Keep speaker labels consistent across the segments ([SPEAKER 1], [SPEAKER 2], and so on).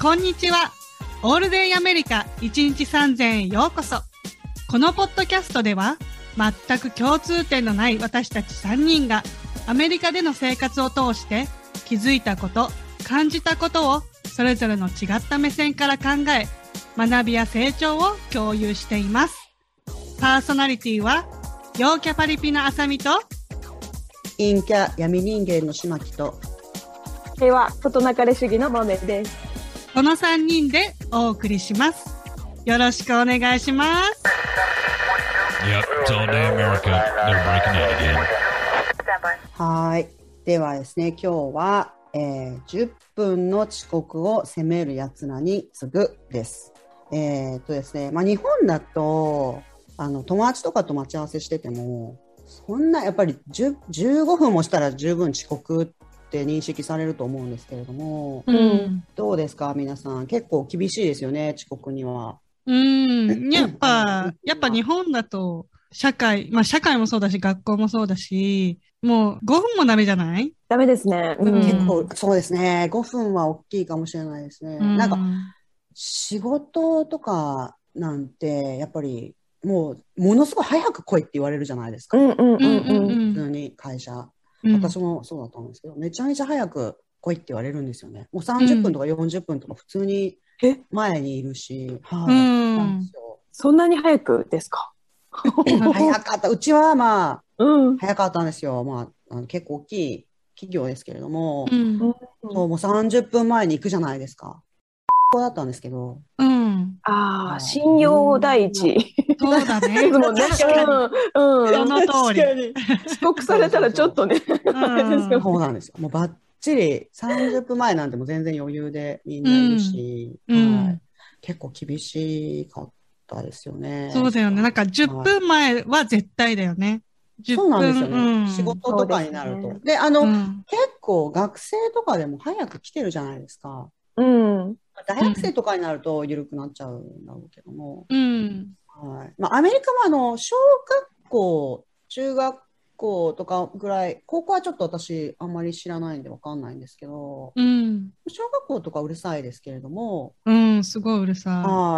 [SPEAKER 1] こんにちは。オールデイアメリカ1日3000円ようこそ。このポッドキャストでは、全く共通点のない私たち3人が、アメリカでの生活を通して、気づいたこと、感じたことを、それぞれの違った目線から考え、学びや成長を共有しています。パーソナリティは、陽キャパリピのあさみと、
[SPEAKER 2] 陰キャ闇人間の島木と
[SPEAKER 3] では、外なかれ主義の豆です。
[SPEAKER 1] この3人でお送りします。よろしくお願いします。
[SPEAKER 4] Yep, it's all day America. They're breaking it again.
[SPEAKER 2] はーいではですね今日は、えー10分の遅刻を責めるやつらに次ぐですえーっとですねまあ日本だとあの友達とかと待ち合わせしててもそんなやっぱり10 15分もしたら十分遅刻って認識されると思うんですけれども
[SPEAKER 3] うん。
[SPEAKER 2] どうですか皆さん結構厳しいですよね遅刻には
[SPEAKER 1] うん。やっぱ、
[SPEAKER 2] え
[SPEAKER 1] やっぱ日本だと、社会、まあ社会もそうだし、学校もそうだし、もう5分もダメじゃない
[SPEAKER 3] ダメですね。うん
[SPEAKER 1] 結
[SPEAKER 2] 結構そうですね5分は大きいかもしれないですね、なんか仕事とかなんてやっぱりもうものすごい早く来いって言われるじゃないですか、
[SPEAKER 3] うんうん
[SPEAKER 1] うん
[SPEAKER 3] う
[SPEAKER 1] う
[SPEAKER 3] んうん。
[SPEAKER 2] 普
[SPEAKER 1] ん
[SPEAKER 2] 通に会社、
[SPEAKER 1] うん。
[SPEAKER 2] 私もそうだったんですけどめちゃめちゃ早く来いって言われるんですよねもう30分とか40分とか普通に
[SPEAKER 3] え
[SPEAKER 2] 前にいるし、
[SPEAKER 1] う
[SPEAKER 2] はいそなんで
[SPEAKER 1] ん。
[SPEAKER 2] すよ
[SPEAKER 3] そんなに早くですか
[SPEAKER 2] 早かったうちはまあ
[SPEAKER 3] うん。
[SPEAKER 2] 早かったんですよ、まあ、あの結構大きい企業ですけれども、
[SPEAKER 1] うん。
[SPEAKER 2] そうもう30分前に行くじゃないですかここだったんですけど
[SPEAKER 1] うん。
[SPEAKER 3] ああ、信用第一。
[SPEAKER 1] そうだね。
[SPEAKER 3] ですもんね。
[SPEAKER 1] 確かに。
[SPEAKER 3] うん。うん
[SPEAKER 1] その通り。
[SPEAKER 3] 遅刻されたらちょっとね。
[SPEAKER 1] うん
[SPEAKER 3] 確か
[SPEAKER 2] そうなんですよ。もうばっちり30分前なんてもう全然余裕でみんないるし、
[SPEAKER 1] うん
[SPEAKER 2] は
[SPEAKER 1] うん
[SPEAKER 2] い、結構厳しかったですよね。
[SPEAKER 1] そうだよね。なんか10分前は絶対だよね。10分。
[SPEAKER 2] そうなんですよね。
[SPEAKER 1] うん
[SPEAKER 2] 仕事とかになる
[SPEAKER 3] そう
[SPEAKER 2] と。
[SPEAKER 3] です
[SPEAKER 2] で、あの、
[SPEAKER 1] うん
[SPEAKER 2] 結構学生とかでも早く来てるじゃないですか。
[SPEAKER 3] うん。
[SPEAKER 2] 大学生とかになると緩くなっちゃうんだろうけども。
[SPEAKER 1] うん。
[SPEAKER 2] はい。まあ、アメリカもあの、小学校、中学校とかぐらい、高校はちょっと私あんまり知らないんでわかんないんですけど、
[SPEAKER 1] うん。
[SPEAKER 2] 小学校とかうるさいですけれども、
[SPEAKER 1] うん。すごいうるさい。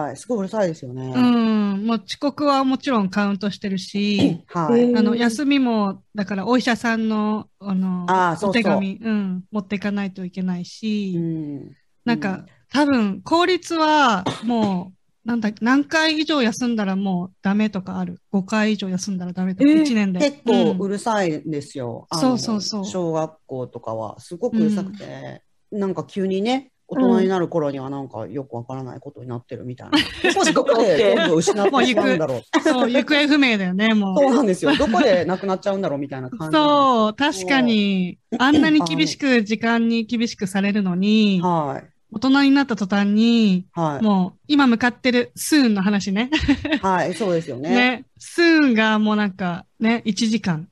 [SPEAKER 2] はい、すごいうるさいですよね。、
[SPEAKER 1] うん、もう遅刻はもちろんカウントしてるし
[SPEAKER 2] はい。
[SPEAKER 3] うん
[SPEAKER 1] あの、休みも、だからお医者さんの、あの、
[SPEAKER 2] あーそうそう
[SPEAKER 1] お手紙、うん、持っていかないといけないし、
[SPEAKER 2] うん
[SPEAKER 1] なんか、多分、効率は、もう、なんだ、何回以上休んだらもうダメとかある。5回以上休んだらダメとか、
[SPEAKER 3] えー
[SPEAKER 1] 1年で。
[SPEAKER 2] 結構
[SPEAKER 1] う
[SPEAKER 2] うんるさいんですよ。あの
[SPEAKER 1] そうそうそう
[SPEAKER 2] 小学校とかは、すごくうるさくて、なんか急にね、大人になる頃にはなんかよくわからないことになってるみたいな。どこで、どこで全部失ってしまうんだろう。
[SPEAKER 1] そう、行方不明だよね、も
[SPEAKER 2] そう
[SPEAKER 1] う。
[SPEAKER 2] なんですよ。どこでなくなっちゃうんだろうみたいな感じ。
[SPEAKER 1] そう、確かに、あんなに厳しく、時間に厳しくされるのに、
[SPEAKER 2] はい。
[SPEAKER 1] 大人になった途端に、
[SPEAKER 2] は
[SPEAKER 1] もう、今向かってるスーンの話ね。
[SPEAKER 2] い。はい。そうですよ ね。
[SPEAKER 1] ね。スーンがもうなんか、ね、1時間。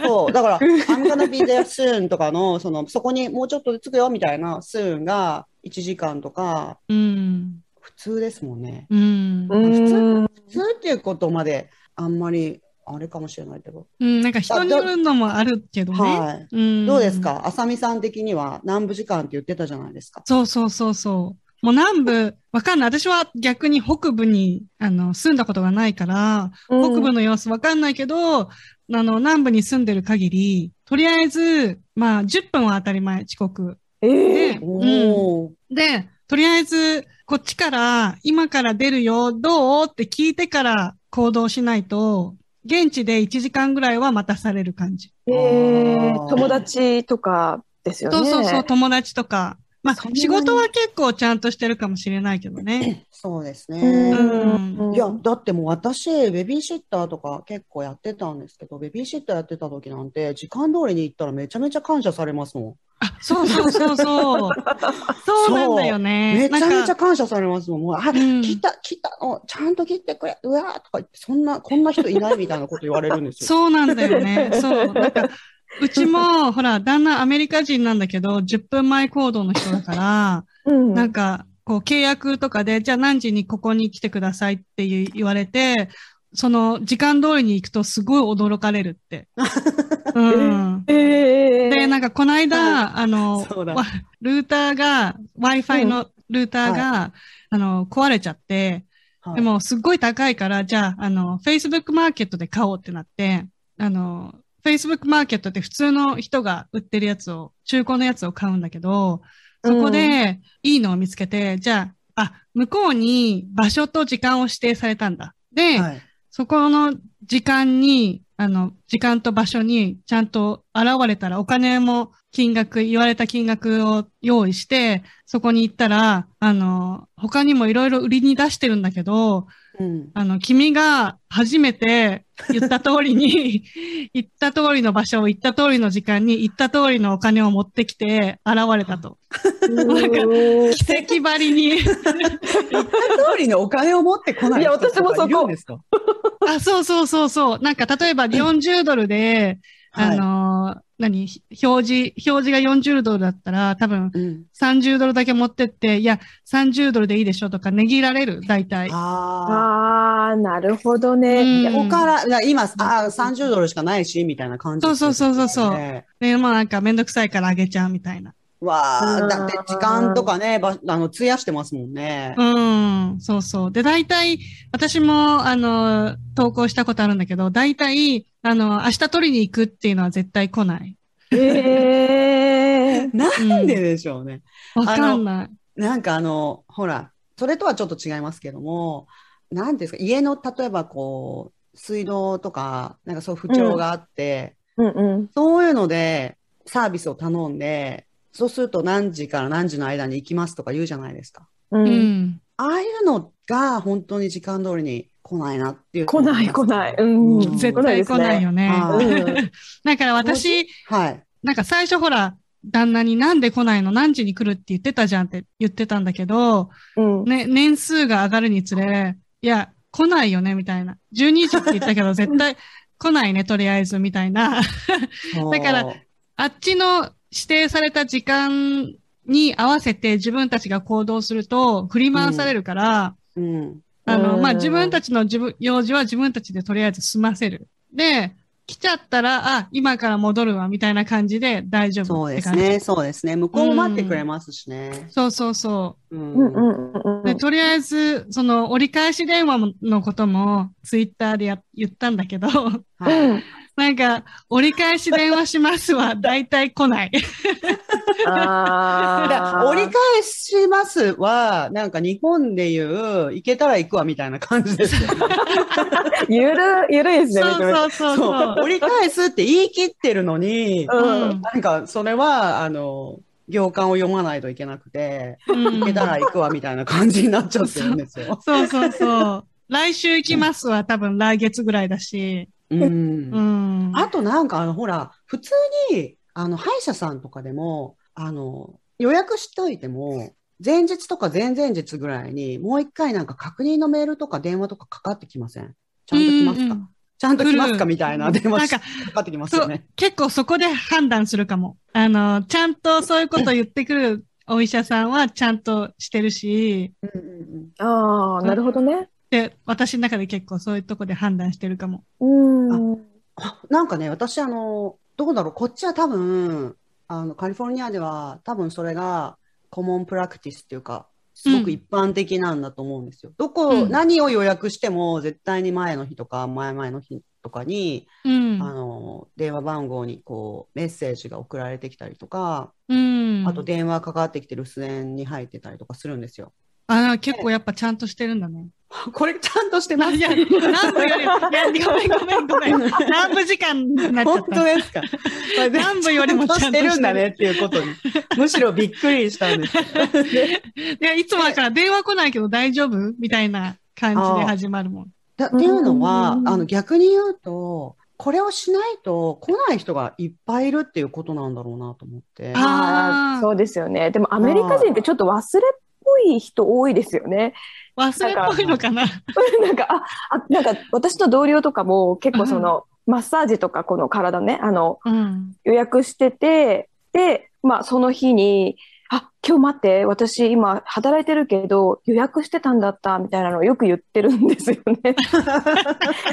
[SPEAKER 2] そ う。だから、I'm gonna be there soon とかの、その、そこにもうちょっとで着くよみたいな soon が1時間とか、
[SPEAKER 1] うん。
[SPEAKER 2] 普通ですもんね。
[SPEAKER 1] うん。
[SPEAKER 3] う
[SPEAKER 2] 普通
[SPEAKER 3] ん。
[SPEAKER 2] 普通っていうことまであんまりあれかもしれないけど、
[SPEAKER 1] うん。なんか人によるのもあるけどね。
[SPEAKER 2] はい、
[SPEAKER 1] うん。
[SPEAKER 2] どうですかあさみさん的には南部時間って言ってたじゃないですか
[SPEAKER 1] そうそうそうそう。もう南部、わかんない。私は逆に北部に、あの、住んだことがないから、北部の様子わかんないけど、あの、南部に住んでる限り、とりあえず、まあ、10分は当たり前、遅刻。
[SPEAKER 3] え
[SPEAKER 1] で、う
[SPEAKER 3] え。
[SPEAKER 1] ん。
[SPEAKER 2] おー
[SPEAKER 1] で、とりあえず、こっちから、今から出るよ、どうって聞いてから行動しないと、現地で1時間ぐらいは待たされる感じ。
[SPEAKER 3] ええ。友達とかですよね。
[SPEAKER 1] そうそうそう、友達とか。まあ
[SPEAKER 2] そん、なに
[SPEAKER 1] 仕事は結構ちゃんとしてるかもしれないけど ね。
[SPEAKER 2] そうです
[SPEAKER 3] うん。
[SPEAKER 2] ね、
[SPEAKER 1] う
[SPEAKER 2] いやだってもう私ベビーシッターとか結構やってたんですけどベビーシッターやってた時なんて時間通りに行ったらめちゃめちゃ感謝されますもん
[SPEAKER 1] あ、そうそうそうそう。 そうなんだよ
[SPEAKER 2] め
[SPEAKER 1] ね。
[SPEAKER 2] ちゃめち
[SPEAKER 1] な
[SPEAKER 2] ゃ
[SPEAKER 1] んか
[SPEAKER 2] 感謝されますもんもうあ、
[SPEAKER 1] うん
[SPEAKER 2] 切った切ったおちゃんと切ってくれうわーとか言ってそんなこんな人いないみたいなこと言われるんですよ
[SPEAKER 1] そうなんだよね。そう。なんか、うちも、ほら、旦那アメリカ人なんだけど、10分前行動の人だから、
[SPEAKER 3] うん。
[SPEAKER 1] なんか、こう、契約とかで、じゃあ何時にここに来てくださいっていう言われて、その、時間通りに行くとすごい驚かれるって。うん。
[SPEAKER 3] ええ。
[SPEAKER 1] で、なんか、この間、あの、
[SPEAKER 2] そうだ
[SPEAKER 1] わルーターが Wi-Fi のルーターが、あの、壊れちゃって、
[SPEAKER 2] はい
[SPEAKER 1] でもすっごい高いから、じゃあ、あの、Facebook マーケットで買おうってなって、あの、Facebook マーケットって普通の人が売ってるやつを、中古のやつを買うんだけど、そこでいいのを見つけて、じゃあ、あ、向こうに場所と時間を指定されたんだ。で、
[SPEAKER 2] はい
[SPEAKER 1] そこの時間に、あの、時間と場所にちゃんと現れたらお金も金額、言われた金額を用意して、そこに行ったら、あの、他にもいろいろ売りに出してるんだけど、
[SPEAKER 2] うん
[SPEAKER 1] あの、君が初めて言った通りに、 言った通りの場所を行った通りの時間に行った通りのお金を持ってきて現れたと。なんか奇跡ばりに。
[SPEAKER 2] 通りのお金を持ってこない
[SPEAKER 3] いや
[SPEAKER 2] 人とか
[SPEAKER 3] 私もそ
[SPEAKER 2] い
[SPEAKER 3] こ
[SPEAKER 2] るんですか
[SPEAKER 1] あ、そうそうそうそう。なんか例えば40ドルで、
[SPEAKER 2] は
[SPEAKER 1] あ
[SPEAKER 2] い
[SPEAKER 1] のー何ひ表示、表示が40ドルだったら、多分
[SPEAKER 2] うん
[SPEAKER 1] 30ドルだけ持ってって、いや、30ドルでいいでしょとか、値切られる、大体。
[SPEAKER 2] あ
[SPEAKER 3] ああ、なるほどね。
[SPEAKER 1] うん
[SPEAKER 3] いや
[SPEAKER 2] あここからいや今あー30ドルしかないしみたいな感じです
[SPEAKER 1] そうそうそうそうそう
[SPEAKER 2] ね
[SPEAKER 1] で、まあなんかめんどくさいからあげちゃうみたいな。
[SPEAKER 2] わあ
[SPEAKER 3] うん
[SPEAKER 2] だって時間とかねばあの費やしてますもんね
[SPEAKER 1] うん、そうそう。で、大体、私も、あのー、投稿したことあるんだけど、大体、あのー、明日取りに行くっていうのは絶対来ない。
[SPEAKER 3] ええ
[SPEAKER 2] なんででしょうね
[SPEAKER 1] わかんない。
[SPEAKER 2] なんかあの、ほら、それとはちょっと違いますけども、なんていうんですか、家の例えばこう、水道とか、なんかそういう不調があって、
[SPEAKER 3] うんうん。
[SPEAKER 2] そういうのでサービスを頼んで、そうすると何時から何時の間に行きますとか言うじゃないですか。
[SPEAKER 3] う。
[SPEAKER 1] うんん。
[SPEAKER 2] ああいうのが本当に時間通りに来ないなっていう。
[SPEAKER 3] 来ない来ない。う
[SPEAKER 2] う
[SPEAKER 3] ん。
[SPEAKER 2] ん
[SPEAKER 1] 絶対来ないよね。
[SPEAKER 2] あー
[SPEAKER 3] うん
[SPEAKER 1] だから私、
[SPEAKER 2] はい。
[SPEAKER 1] なんか最初ほら、旦那になんで来ないの何時に来るって言ってたじゃんって言ってたんだけど、
[SPEAKER 3] うん。
[SPEAKER 1] ね、年数が上がるにつれ、いや、来ないよね、みたいな。12時って言ったけ ど、絶対来ないね、とりあえず、みたいな。だから
[SPEAKER 2] そう、
[SPEAKER 1] あっちの指定された時間に合わせて自分たちが行動すると振り回されるから、
[SPEAKER 2] うん。
[SPEAKER 1] あの、
[SPEAKER 3] うん
[SPEAKER 1] まあ、自分たちの自分、用事は自分たちでとりあえず済ませる。で、来ちゃったら、あ、今から戻るわ、みたいな感じで大丈夫
[SPEAKER 2] そう
[SPEAKER 1] って
[SPEAKER 2] です
[SPEAKER 1] 感じ。
[SPEAKER 2] ね、そうですね。向こうも待ってくれますしね。
[SPEAKER 1] そうそうそう。
[SPEAKER 2] うん
[SPEAKER 3] うんうんうんう
[SPEAKER 1] で、
[SPEAKER 3] ん。
[SPEAKER 1] とりあえず、その折り返し電話のこともツイッターでや言ったんだけど、
[SPEAKER 2] はい
[SPEAKER 3] うん
[SPEAKER 1] なんか、折り返し電話しますは、だいたい来 ない。
[SPEAKER 3] あ
[SPEAKER 2] だから
[SPEAKER 3] あ。
[SPEAKER 2] 折り返しますは、なんか日本でいう、行けたら行くわみたいな感 じですよね。
[SPEAKER 3] ゆる、ゆるいですね。
[SPEAKER 1] そう
[SPEAKER 3] めちゃ
[SPEAKER 1] そうそう
[SPEAKER 2] そ
[SPEAKER 1] そう
[SPEAKER 2] 折り返すって言い切ってるのに、
[SPEAKER 3] めちゃう
[SPEAKER 1] うん
[SPEAKER 3] ん。
[SPEAKER 2] なんかそれは、あの、行間を読まないといけなくて、
[SPEAKER 1] う。うん
[SPEAKER 2] 行けたら行くわみたいな感じになっちゃってるんですよ。
[SPEAKER 1] そうそうそう。来週行きますは多分来月ぐらいだし。
[SPEAKER 2] うん
[SPEAKER 1] うん。
[SPEAKER 2] あとなんか、あの、ほら、普通に、あの、歯医者さんとかでも、あの、予約しといても、前日とか前々日ぐらいに、もう一回なんか確認のメールとか電話とかかかってきませんちゃんと来ます
[SPEAKER 1] うんう
[SPEAKER 2] か
[SPEAKER 1] ん
[SPEAKER 2] ちゃんと来ます
[SPEAKER 1] 来る
[SPEAKER 2] かみたいな電話し
[SPEAKER 1] な
[SPEAKER 2] か
[SPEAKER 1] ん
[SPEAKER 2] かってきますよね。
[SPEAKER 1] 結構そこで判断するかも。あの、ちゃんとそういうこと言ってくる お医者さんはちゃんとしてるし、
[SPEAKER 3] ああ、なるほどね。
[SPEAKER 1] で、私の中で結構そういうとこで判断してるかも。
[SPEAKER 3] うん。
[SPEAKER 2] あなんかね、私あの、どうだろう、こっちは多分、あの、カリフォルニアでは多分それがコモンプラクティスっていうか、すごく一般的なんだと思うんですよ。どこ、
[SPEAKER 1] うん
[SPEAKER 2] 何を予約しても絶対に前の日とか前々の日とかに、
[SPEAKER 1] うん。
[SPEAKER 2] あの、電話番号にこう、メッセージが送られてきたりとか、
[SPEAKER 1] うん。
[SPEAKER 2] あと電話かかってきて留守電に入ってたりとかする んですよ。
[SPEAKER 1] あなんか結構やっぱちゃんとしてるんだ ね。
[SPEAKER 2] これちゃんとし てます
[SPEAKER 1] いや、何部より、いや、ごめんごめんごめん。何部時間になっちゃっ
[SPEAKER 2] 本当
[SPEAKER 1] た。
[SPEAKER 2] ですか。
[SPEAKER 1] 南部よりもちゃんとして
[SPEAKER 2] て
[SPEAKER 1] る
[SPEAKER 2] るんだねっていうこと に。むしろびっくりしたんです。
[SPEAKER 1] いや、いつもだから電話来ないけど大丈夫みたいな感じで始まるもん。
[SPEAKER 2] だっていうのは、
[SPEAKER 3] うん
[SPEAKER 2] あの逆に言うと、これをしないと来ない人がいっぱいいるっていうことなんだろうなと思って。
[SPEAKER 1] あ
[SPEAKER 3] あ
[SPEAKER 1] あー
[SPEAKER 3] あ、そうですよね。でもアメリカ人ってちょっと忘れっぽい人多いですよね。
[SPEAKER 1] 忘れっぽいのかな。
[SPEAKER 3] なんか、あ、あ、なんか私の同僚とかも結構その、マッサージとかこの体ね、あの、
[SPEAKER 1] うん。
[SPEAKER 3] 予約してて、で、まあその日に、あ、今日待って、私今働いてるけど予約してたんだった、みたいなのをよく言ってるんですよ ね。だか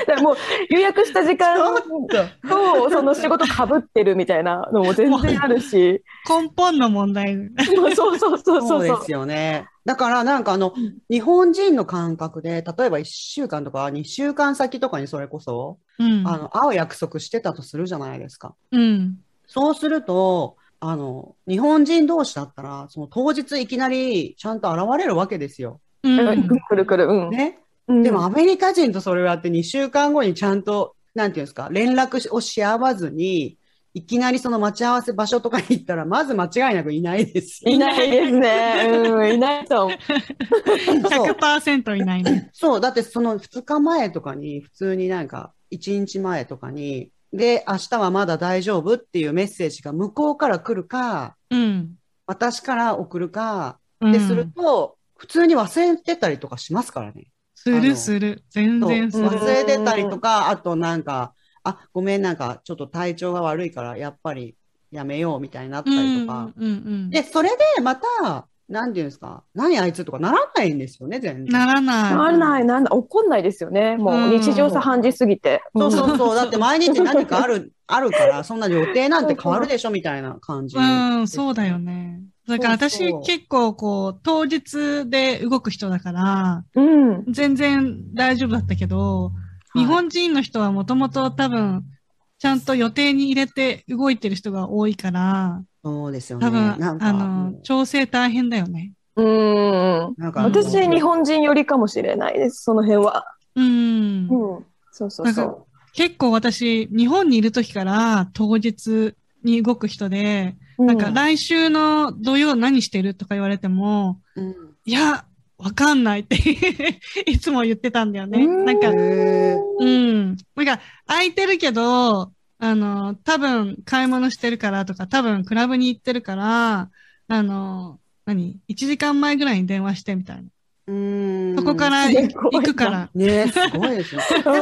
[SPEAKER 3] らもう予約した時間とその仕事被ってるみたいなのも全然あるし、
[SPEAKER 1] 根本の問題。
[SPEAKER 3] そうそうそうそう
[SPEAKER 2] そう
[SPEAKER 3] そ
[SPEAKER 2] で
[SPEAKER 3] う。
[SPEAKER 2] すよね。だからなんかあの、
[SPEAKER 3] うん
[SPEAKER 2] 日本人の感覚で、例えば1週間とか2週間先とかにそれこそ、
[SPEAKER 1] うん。
[SPEAKER 2] あの、会う約束してたとするじゃないですか。
[SPEAKER 1] うん。
[SPEAKER 2] そうすると、あの、日本人同士だったら、その当日いきなりちゃんと現れるわけですよ。
[SPEAKER 1] うん。
[SPEAKER 3] うんくるくる、うん。
[SPEAKER 2] ね。
[SPEAKER 3] うん
[SPEAKER 2] でもアメリカ人とそれをやって2週間後にちゃんと、なんていうんですか、連絡をし合わずに、いきなりその待ち合わせ場所とかに行ったら、まず間違いなくいないですよ。
[SPEAKER 3] いないですね。うん、いないと思う。
[SPEAKER 2] そう
[SPEAKER 1] 100%いないね。
[SPEAKER 2] そう、だってその2日前とかに、普通になんか1日前とかに、で、明日はまだ大丈夫っていうメッセージが向こうから来るか、
[SPEAKER 1] うん。
[SPEAKER 2] 私から送るか、
[SPEAKER 1] うん
[SPEAKER 2] ですると、普通に忘れてたりとかしますからね。
[SPEAKER 1] するする。全
[SPEAKER 2] そう
[SPEAKER 1] 然する。
[SPEAKER 2] 忘れてたりとか、あとなんか、あ、ごめん、なんかちょっと体調が悪いから、やっぱりやめようみたいになったりとか。
[SPEAKER 1] うんうん
[SPEAKER 2] で、それでまた、なんていうんですか、何あいつとかならないんですよね、
[SPEAKER 1] う
[SPEAKER 2] 全
[SPEAKER 1] ん。な
[SPEAKER 2] 然。
[SPEAKER 1] ら
[SPEAKER 3] な
[SPEAKER 1] ない。
[SPEAKER 3] らない、なんだ、怒んないですよね。もう、
[SPEAKER 1] うん
[SPEAKER 3] 日常茶飯事すぎて。
[SPEAKER 2] そう
[SPEAKER 3] う ん
[SPEAKER 2] そうそう。だって毎日何かある、 あるから、そんな予定なんて変わるでしょみたいな感じ。
[SPEAKER 1] うん、そうだよ。ね。だから
[SPEAKER 2] そう
[SPEAKER 1] 私
[SPEAKER 2] そう
[SPEAKER 1] 結構こう、当日で動く人だから、
[SPEAKER 3] うん。
[SPEAKER 1] 全然大丈夫だったけど、
[SPEAKER 2] はい
[SPEAKER 1] 日本人の人はもともと多分、ちゃんと予定に入れて動いてる人が多いから、
[SPEAKER 2] そうですよね。
[SPEAKER 1] 多分、
[SPEAKER 2] なんか、
[SPEAKER 1] あの、調整大変だよね。
[SPEAKER 3] うん。
[SPEAKER 2] なんかあの
[SPEAKER 3] 私、日本人よりかもしれないです、その辺は。
[SPEAKER 1] うん。
[SPEAKER 3] うん。そうそうそ
[SPEAKER 1] なん
[SPEAKER 3] う。
[SPEAKER 1] 結構私、日本にいる時から当日に動く人で、なんか
[SPEAKER 3] うん
[SPEAKER 1] 来週の土曜何してるとか言われても、
[SPEAKER 2] うん
[SPEAKER 1] いや、わかんないって いつも言ってたんだよね。
[SPEAKER 3] うん
[SPEAKER 1] なんか、
[SPEAKER 2] へー
[SPEAKER 1] うん。なんか、空いてるけど、あの、多分買い物してるからとか、多分クラブに行ってるから、あの、何 ?1 時間前ぐらいに電話してみたいな。
[SPEAKER 2] うん
[SPEAKER 1] そこから
[SPEAKER 3] すごい
[SPEAKER 1] 行くから。
[SPEAKER 2] ね、すごいで すね。
[SPEAKER 3] うん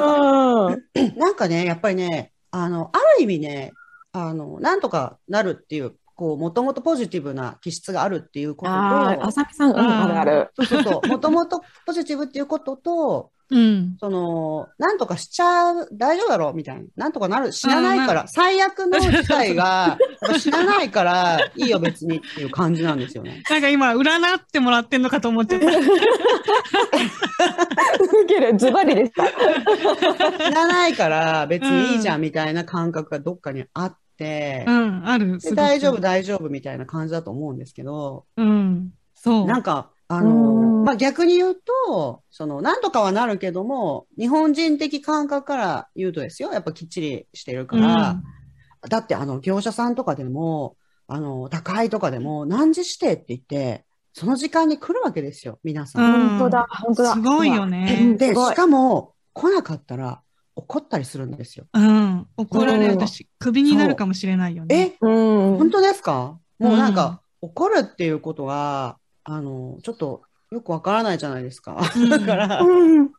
[SPEAKER 2] なんかね、やっぱりね、あの、ある意味ね、あの、なんとかなるっていう、こう、もともとポジティブな気質があるっていうこと
[SPEAKER 3] ああ、
[SPEAKER 2] と、
[SPEAKER 3] 浅見さん、うん、
[SPEAKER 1] うん
[SPEAKER 3] あるある。
[SPEAKER 2] そうそうそう、もともとポジティブっていうことと、
[SPEAKER 1] うん。
[SPEAKER 2] その、なんとかしちゃう、大丈夫だろうみたいな。なんとかなる、死なないから、最悪の事態が、死なないから、いいよ別にっていう感じなんですよね。
[SPEAKER 1] なんか今、占ってもらってんのかと思って た。
[SPEAKER 3] ウケる、ズバリでした。
[SPEAKER 2] 死なないから、別にいいじゃんみたいな感覚がどっかにあって
[SPEAKER 1] う、ん、ある。
[SPEAKER 2] です
[SPEAKER 1] ごく
[SPEAKER 2] 大丈夫、大丈夫みたいな感じだと思うんですけど、
[SPEAKER 1] うん。そう。
[SPEAKER 2] なんか、あ
[SPEAKER 3] う
[SPEAKER 2] の、
[SPEAKER 3] ん
[SPEAKER 2] まあ、逆に言うと、その、なんとかはなるけども、日本人的感覚から言うとですよ、やっぱきっちりしてるから、だって、あの、業者さんとかでも、あの、高いとかでも、何時指定って言って、その時間に来るわけですよ、皆さん。
[SPEAKER 1] うん
[SPEAKER 3] 本当だ、本
[SPEAKER 1] う
[SPEAKER 3] 当
[SPEAKER 1] ん、
[SPEAKER 3] だ。
[SPEAKER 1] すごいよ
[SPEAKER 3] うん
[SPEAKER 1] ね。
[SPEAKER 2] で、
[SPEAKER 3] すごい
[SPEAKER 2] しかも、来なかったら、怒ったりするんですよ。
[SPEAKER 1] うん。怒られるとし、クビになるかもしれないよね。
[SPEAKER 2] え、
[SPEAKER 3] うん。
[SPEAKER 2] 本当ですかもうなんか、怒るっていうことが、あの、ちょっと、よくわからないじゃないですか。
[SPEAKER 1] うん
[SPEAKER 2] だから、
[SPEAKER 3] うん。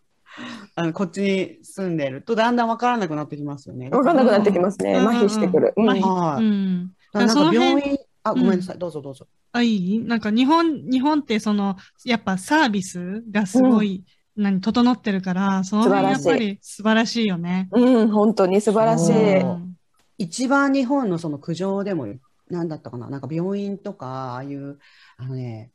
[SPEAKER 2] あの、こっちに住んでると、だんだんわからなくなってきますよね。
[SPEAKER 3] わかんなくなってきますね。
[SPEAKER 1] うん
[SPEAKER 3] 麻痺してくる。うん
[SPEAKER 1] 麻痺
[SPEAKER 2] は
[SPEAKER 1] う
[SPEAKER 2] い。
[SPEAKER 1] ん。
[SPEAKER 2] だからなんか
[SPEAKER 1] その
[SPEAKER 2] 病院、あ、ごめんなさい、どうぞどうぞ。
[SPEAKER 1] あ、いいなんか日本、日本ってその、やっぱサービスがすごい、何、整ってるから、その辺やっぱり素晴らしいよね。
[SPEAKER 3] うん、本当に素晴らし
[SPEAKER 2] 晴
[SPEAKER 3] い。
[SPEAKER 2] そう一番日本のその苦情でも、なんだったかな、なんか病院とか、ああいう、あのね、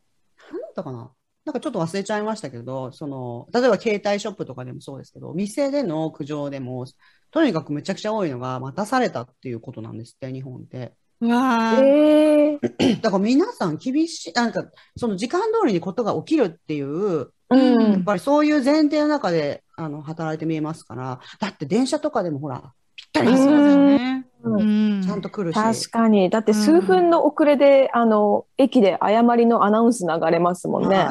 [SPEAKER 2] なんだったかな、なんかちょっと忘れちゃいましたけど、その、例えば携帯ショップとかでもそうですけど、店での苦情でも、とにかくめちゃくちゃ多いのが、待たされたっていうことなんですって、日本って。
[SPEAKER 1] うわー
[SPEAKER 3] ええ。
[SPEAKER 2] だから皆さん厳しい、なんか、その時間通りにことが起きるっていう、
[SPEAKER 3] う
[SPEAKER 1] うん
[SPEAKER 2] やっ
[SPEAKER 3] ん。
[SPEAKER 2] ぱりそういう前提の中であの働いて見えますから、だって電車とかでもほら、ぴったり
[SPEAKER 1] あ
[SPEAKER 2] です
[SPEAKER 1] そう
[SPEAKER 2] よ
[SPEAKER 1] だ
[SPEAKER 2] ね
[SPEAKER 1] よね。
[SPEAKER 3] うん
[SPEAKER 1] うん。
[SPEAKER 2] ちゃんと来るし。
[SPEAKER 3] 確かに。だって数分の遅れで、あの、駅で誤りのアナウンス流れますもんね。
[SPEAKER 2] は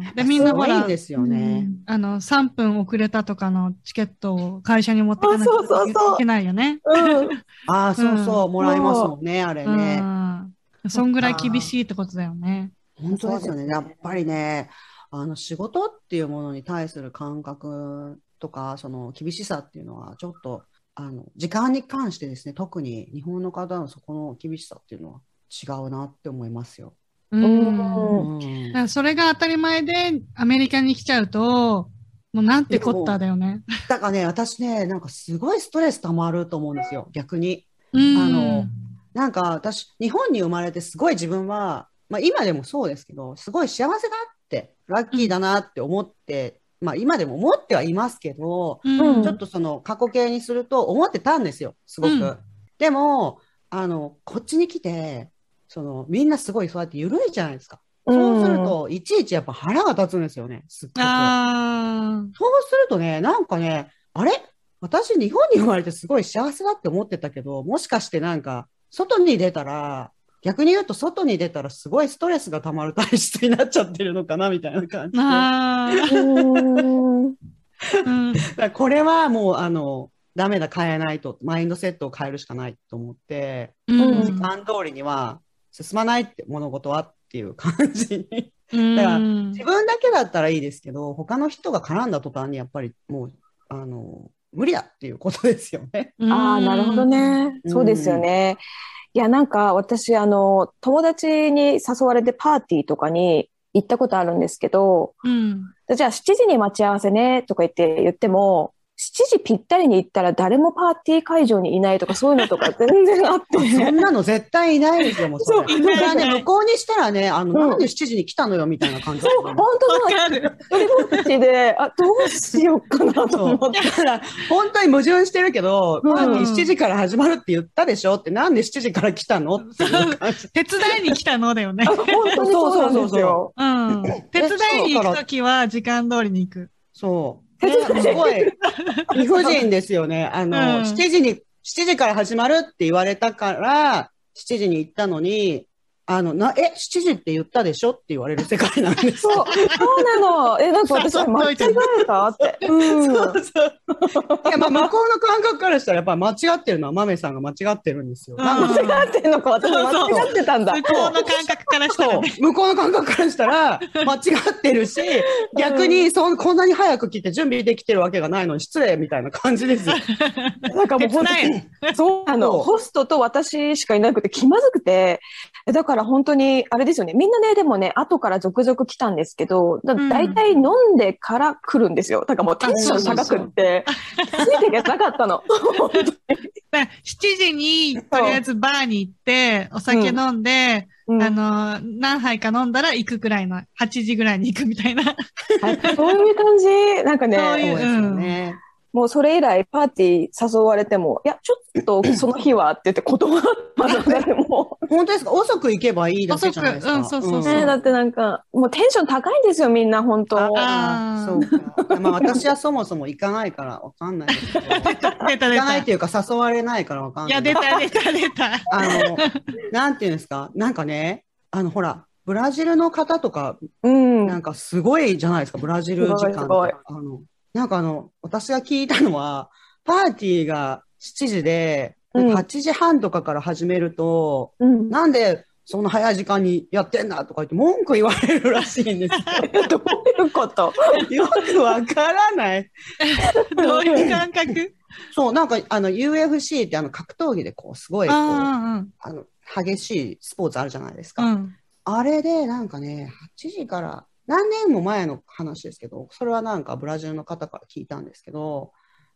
[SPEAKER 1] うん。で、みんなほ
[SPEAKER 2] すごい
[SPEAKER 1] ら
[SPEAKER 2] ん、ですよね。
[SPEAKER 1] あの、3分遅れたとかのチケットを会社に持ってかなき
[SPEAKER 3] あそうそうそう
[SPEAKER 1] ゃいけないよね。
[SPEAKER 3] うん。
[SPEAKER 2] ああ、そうそう、もらいますもんね、あれね。
[SPEAKER 1] うん。そんぐらい厳しいってことだよね。
[SPEAKER 2] 本当ですよ
[SPEAKER 3] そうで
[SPEAKER 2] ね。
[SPEAKER 3] すね
[SPEAKER 2] やっぱりね、あの仕事っていうものに対する感覚とか、その厳しさっていうのは、ちょっと、あの、時間に関してですね、特に日本の方のそこの厳しさっていうのは違うなって思いますよ。
[SPEAKER 1] うん。
[SPEAKER 3] うん
[SPEAKER 2] うん
[SPEAKER 1] だからそれが当たり前でアメリカに来ちゃうと、もうなんてこっただよね。
[SPEAKER 2] だからね、私ね、なんかすごいストレス溜まると思うんですよ、逆に。
[SPEAKER 1] うん。
[SPEAKER 2] あのなんか私、日本に生まれてすごい自分は、まあ、今でもそうですけど、すごい幸せだって、ラッキーだなって思って、まあ、今でも思ってはいますけど、
[SPEAKER 1] うん
[SPEAKER 3] うん
[SPEAKER 2] ちょっとその過去形にすると思ってたんですよ、すごく。
[SPEAKER 1] うん
[SPEAKER 2] でも、あの、こっちに来て、その、みんなすごいそうやって緩いじゃないですか。そうすると、いちいちやっぱ腹が立つんですよね、すっごく。
[SPEAKER 1] あ
[SPEAKER 2] そうするとね、なんかね、あれ私、日本に生まれてすごい幸せだって思ってたけど、もしかしてなんか、外に出たら、逆に言うと、外に出たらすごいストレスが溜まる体質になっちゃってるのかな、みたいな感
[SPEAKER 1] ー
[SPEAKER 2] じで。だか
[SPEAKER 1] あ
[SPEAKER 3] うーん
[SPEAKER 1] ー、うん、
[SPEAKER 2] らこれはもう、あの、ダメだ、変えないと、マインドセットを変えるしかないと思って、
[SPEAKER 1] うん
[SPEAKER 2] 時間通りには進まないって、物事はっていう感じに。
[SPEAKER 1] うん
[SPEAKER 2] だから自分だけだったらいいですけど、他の人が絡んだ途端にやっぱりもう、あの、無理だっていうことですよね。
[SPEAKER 3] ああ、なるほど。ね。
[SPEAKER 2] うん
[SPEAKER 3] そうですよね。いや、なんか私、あの、友達に誘われてパーティーとかに行ったことあるんですけど、
[SPEAKER 1] うん、
[SPEAKER 3] じゃあ7時に待ち合わせねとか言って言っても、7時ぴったりに行ったら誰もパーティー会場にいないとかそういうのとか全然あ
[SPEAKER 2] あ
[SPEAKER 3] っ
[SPEAKER 2] そ
[SPEAKER 3] て。
[SPEAKER 2] んなの絶対いないですよ、もうそれ。
[SPEAKER 1] そういない
[SPEAKER 2] だから
[SPEAKER 1] いな
[SPEAKER 2] ね、
[SPEAKER 1] い
[SPEAKER 2] 向こうにしたらね、あの、
[SPEAKER 3] うん
[SPEAKER 2] なんで7時に来たのよ、みたいな感じだ
[SPEAKER 3] そ
[SPEAKER 2] と
[SPEAKER 3] う、本
[SPEAKER 2] 思う
[SPEAKER 3] 当
[SPEAKER 1] わ
[SPEAKER 3] そう。
[SPEAKER 1] かる。
[SPEAKER 3] 一人ぼっちで、あ、どうしようかなと
[SPEAKER 2] そ
[SPEAKER 3] 思っ
[SPEAKER 2] う。
[SPEAKER 3] て。
[SPEAKER 2] だから、本当に矛盾してるけど、
[SPEAKER 3] うん
[SPEAKER 2] パーティー7時から始まるって言ったでしょって、なんで7時から来たのっていう感じ。
[SPEAKER 1] 手伝いに来たのだよね
[SPEAKER 3] あ。本当にそうなんですよ。
[SPEAKER 1] うん、手伝いに行くときは時間通りに行く。
[SPEAKER 2] そう。ねすごい、理不尽ですよね。あの、
[SPEAKER 1] うん
[SPEAKER 2] 7時に、7時から始まるって言われたから、7時に行ったのに、あの、な、え、7時って言ったでしょって言われる世界なんです
[SPEAKER 3] そう、そうなの。え、なんか私
[SPEAKER 1] 誘っ
[SPEAKER 3] 間
[SPEAKER 1] と
[SPEAKER 3] 違
[SPEAKER 1] いてね
[SPEAKER 3] えたって。うん。
[SPEAKER 2] そうそう。いや、まあ、向こうの感覚からしたら、やっぱ間違ってるのは、豆さんが間違ってるんですよ。
[SPEAKER 1] うん
[SPEAKER 2] なんか
[SPEAKER 3] 間違ってんのか、私
[SPEAKER 1] そう
[SPEAKER 2] そう
[SPEAKER 3] 間違ってたんだ
[SPEAKER 1] 向。こうの感覚からした
[SPEAKER 2] そ
[SPEAKER 1] ら
[SPEAKER 2] う
[SPEAKER 1] ね。、
[SPEAKER 2] 向こうの感覚からし たら、間違ってるし、逆に、そん、こんなに早く来て準備できてるわけがないのに失礼みたいな感 じですよ。
[SPEAKER 3] なんかもう本当
[SPEAKER 1] 手伝
[SPEAKER 3] に、そう、あの、
[SPEAKER 2] そう
[SPEAKER 3] ホストと私しかいなくて気まずくて、だから本当に、あれですよね、みんなね、でもね、後から続々来たんですけど、だ
[SPEAKER 1] うん
[SPEAKER 3] 大体飲んでから来るんですよ。だからもうテンション高くって、ついていけなかったの。
[SPEAKER 1] だから7時に、とりあえずバーに行って、お酒飲んで、
[SPEAKER 3] うん
[SPEAKER 1] あの、何杯か飲んだら行くくらいの、8時ぐらいに行くみたいな。
[SPEAKER 3] はいそういう感じ、なんか
[SPEAKER 1] そう
[SPEAKER 3] ね、
[SPEAKER 1] い
[SPEAKER 2] そううですよね。
[SPEAKER 3] もうそれ以来パーティー誘われても、いや、ちょっとその日はって言って断ったの、誰も。
[SPEAKER 2] 本当ですか遅く行けばいいだけじゃないですか。
[SPEAKER 1] 遅くうんそうそうそう
[SPEAKER 3] ね、だってなんか、もうテンション高いんですよ、みんな、本当。
[SPEAKER 2] ああ、そうか。まあ私はそもそも行かないからわかんないです けど。行
[SPEAKER 1] 出た出
[SPEAKER 2] かな
[SPEAKER 1] た。
[SPEAKER 2] い
[SPEAKER 1] い
[SPEAKER 2] っていうか誘われないからわかんない。
[SPEAKER 1] や、出た出た出た。
[SPEAKER 2] あの、なんていうんですかなんかね、あのほら、ブラジルの方とか、
[SPEAKER 3] うん。
[SPEAKER 2] なんかすごいじゃないですか、ブラジル時間
[SPEAKER 3] すごいす
[SPEAKER 2] あの、なんかあの、私が聞いたのは、パーティーが7時で、
[SPEAKER 3] うん
[SPEAKER 2] なんか8時半とかから始めると、
[SPEAKER 3] うん
[SPEAKER 2] なんでそんな早い時間にやってんだとか言って文句言われるらしいんです
[SPEAKER 3] どういうこと
[SPEAKER 2] よ。よくわからない。
[SPEAKER 1] どういう感覚
[SPEAKER 2] そう、なんか、あの、UFC ってあの、格闘技でこう、すごいこう、あ
[SPEAKER 1] あ
[SPEAKER 2] の、激しいスポーツあるじゃないです
[SPEAKER 1] あ、
[SPEAKER 2] か。
[SPEAKER 1] うん。
[SPEAKER 2] あれで、なんかね、8時から、何年も前の話ですけど、それはなんかブラジルの方から聞いたんですけど、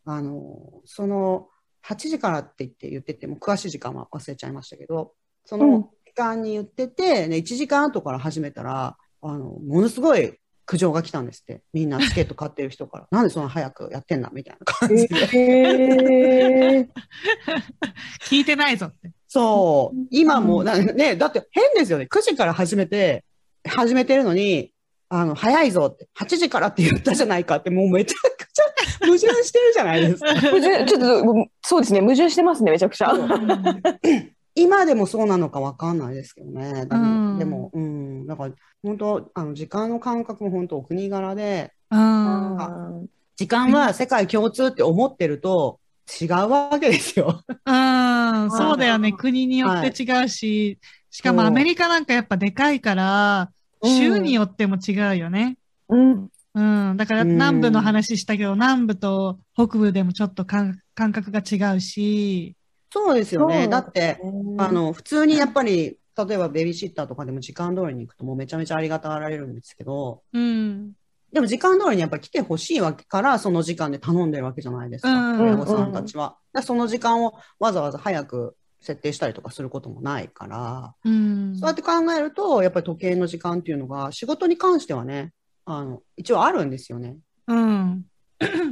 [SPEAKER 2] あの、その、8時からって言って言ってても、詳しい時間は忘れちゃいましたけど、そ
[SPEAKER 3] うん
[SPEAKER 2] の時間に言ってて、ね、1時間後から始めたら、あの、ものすごい苦情が来たんですって。みんなチケット買ってる人から。なんでそんな早くやってんだみたいな感じで。
[SPEAKER 3] へ え。
[SPEAKER 1] 聞いてないぞって。
[SPEAKER 2] そう
[SPEAKER 3] うん。
[SPEAKER 2] 今も、なね、だって変ですよね。9時から始めて、始めてるのに、あの、早いぞって、8時からって言ったじゃないかって、もうめちゃくちゃ矛盾してるじゃないですか。
[SPEAKER 3] 矛盾ちょっと、そうですね、矛盾してますね、めちゃくちゃ。
[SPEAKER 2] 今でもそうなのかわかんないですけどね。で
[SPEAKER 1] う
[SPEAKER 2] も、
[SPEAKER 1] ん
[SPEAKER 2] でもうん、だから、本当あの、時間の感覚も本当お国柄で、
[SPEAKER 1] うん。
[SPEAKER 2] 時間は世界共通って思ってると、違うわけですよ。
[SPEAKER 1] うん、そうだよね。国によって違うし、しかも
[SPEAKER 2] そう
[SPEAKER 1] アメリカなんかやっぱでかいから、州によっても違うよね。
[SPEAKER 3] うん。
[SPEAKER 1] うん。だから
[SPEAKER 2] うん
[SPEAKER 1] 南部の話したけど、南部と北部でもちょっと感感覚が違うし、
[SPEAKER 2] そうですよ
[SPEAKER 3] そう
[SPEAKER 2] ね。
[SPEAKER 3] ですね
[SPEAKER 2] だって、あ、の、普通にやっぱり、例えばベビーシッターとかでも時間通りに行くともうめちゃめちゃありがたがられるんですけど、
[SPEAKER 1] うん。
[SPEAKER 2] でも時間通りにやっぱり来てほしいわけから、その時間で頼んでるわけじゃないです
[SPEAKER 1] う
[SPEAKER 2] か、
[SPEAKER 1] ん
[SPEAKER 2] 親御さんたちは。だからその時間をわざわざ早く設定したりとかすることもないから、
[SPEAKER 1] うん
[SPEAKER 2] そうやって考えると、やっぱり時計の時間っていうのが、仕事に関してはね、あの、一応あるんですよね。
[SPEAKER 1] うん。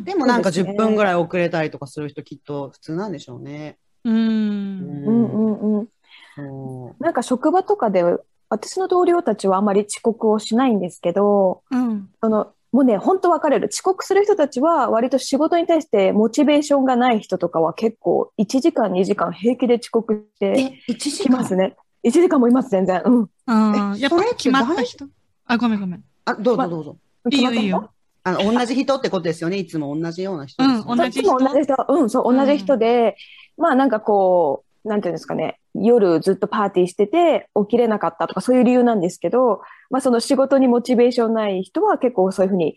[SPEAKER 2] でもなんか
[SPEAKER 3] そうですね
[SPEAKER 2] 10分ぐらい遅れたりとかする人きっと普通なんでしょうね。
[SPEAKER 1] う。
[SPEAKER 2] うん。
[SPEAKER 3] うんうんんうん。
[SPEAKER 2] そう
[SPEAKER 3] なんか職場とかで私の同僚たちはあまり遅刻をしないんですけど、
[SPEAKER 1] うん。
[SPEAKER 3] そのもうね、本当分かれる。遅刻する人たちは、割と仕事に対してモチベーションがない人とかは結構、1時間、2時間平気で遅刻して
[SPEAKER 2] え、1時
[SPEAKER 3] きます
[SPEAKER 2] 間
[SPEAKER 3] ね。1時間もいます、全然。うん。
[SPEAKER 1] あー
[SPEAKER 2] え
[SPEAKER 1] やっぱ
[SPEAKER 2] それって
[SPEAKER 1] 決まった人。あ、ごめんごめん。
[SPEAKER 2] あ、どうぞどうぞ。
[SPEAKER 1] いいよいい
[SPEAKER 3] 決まった
[SPEAKER 1] よ
[SPEAKER 3] 人。
[SPEAKER 2] あの、同じ人ってことですよね。いつも同じような人ですよね、
[SPEAKER 1] うん同じ
[SPEAKER 3] いつも同じ人。うん、そう、同じ人で、まあなんかこう、なんていうんですかね、夜ずっとパーティーしてて起きれなかったとかそういう理由なんですけど、まあその仕事にモチベーションない人は結構そういうふうに